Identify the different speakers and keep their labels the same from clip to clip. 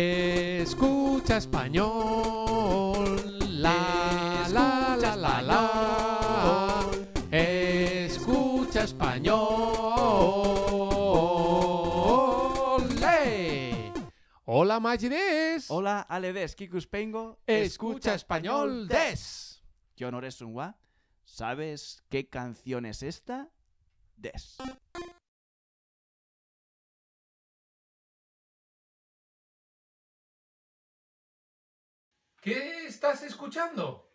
Speaker 1: Escucha español. La la la la la. Escucha español. ¡Ole! Hola Magines.
Speaker 2: Hola, ale des, kikuspengo.
Speaker 1: Escucha español des.
Speaker 2: ¿Qué honor es un wa? ¿Sabes qué canción es esta? Des.
Speaker 3: ¿Qué estás escuchando?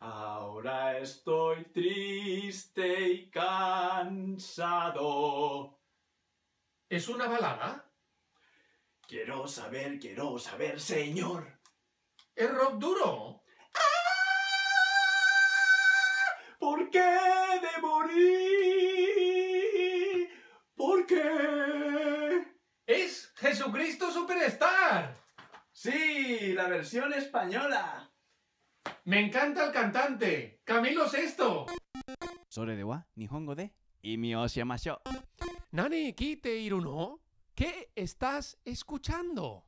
Speaker 2: Ahora estoy triste y cansado.
Speaker 3: ¿Es una balada?
Speaker 2: Quiero saber, quiero saber, señor.
Speaker 3: ¿Es rock duro?
Speaker 2: ¿Por qué de morir? ¿Por qué?
Speaker 3: ¿Es Jesucristo Superstar?
Speaker 2: Sí, la versión española.
Speaker 3: Me encanta el cantante, Camilo Sesto.
Speaker 2: Sore de wa, nihongo de, y mi oshiamasho.
Speaker 1: Nani kite iruno. ¿Qué estás escuchando?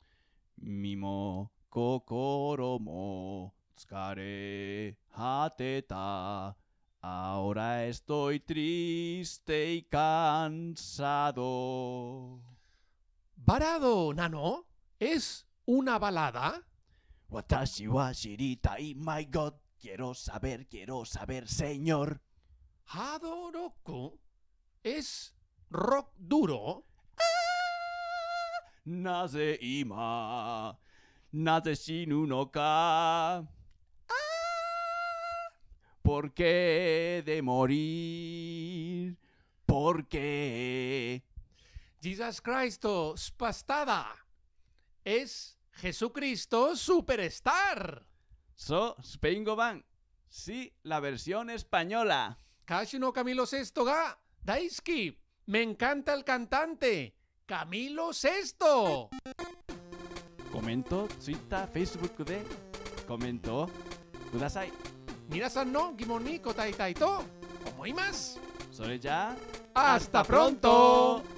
Speaker 2: Mimo, kokoro mo, tsukare, hateta. Ahora estoy triste y cansado.
Speaker 1: Varado, nano. ¿Es una balada?
Speaker 2: Watashi wa shirita y my god. Quiero saber, quiero saber, señor.
Speaker 1: Hadoroku. ¿Es rock duro?
Speaker 2: Naze ima. Naze shinu no ka. Ah, ¿Por qué de morir? ¿Por qué?
Speaker 1: Jesus Cristo, spastada. Es Jesucristo Superstar.
Speaker 2: So, Spengo Ban. Sí, la versión española.
Speaker 1: Kashi no Camilo Sesto ga Daisuki. Me encanta el cantante. Camilo Sesto.
Speaker 2: Comento, Twitter, Facebook de. Comento. Kudasai.
Speaker 1: Mirasan no Gimoniko Taitaito. ¿Cómo imas?
Speaker 2: Sore ya.
Speaker 1: ¡Hasta pronto!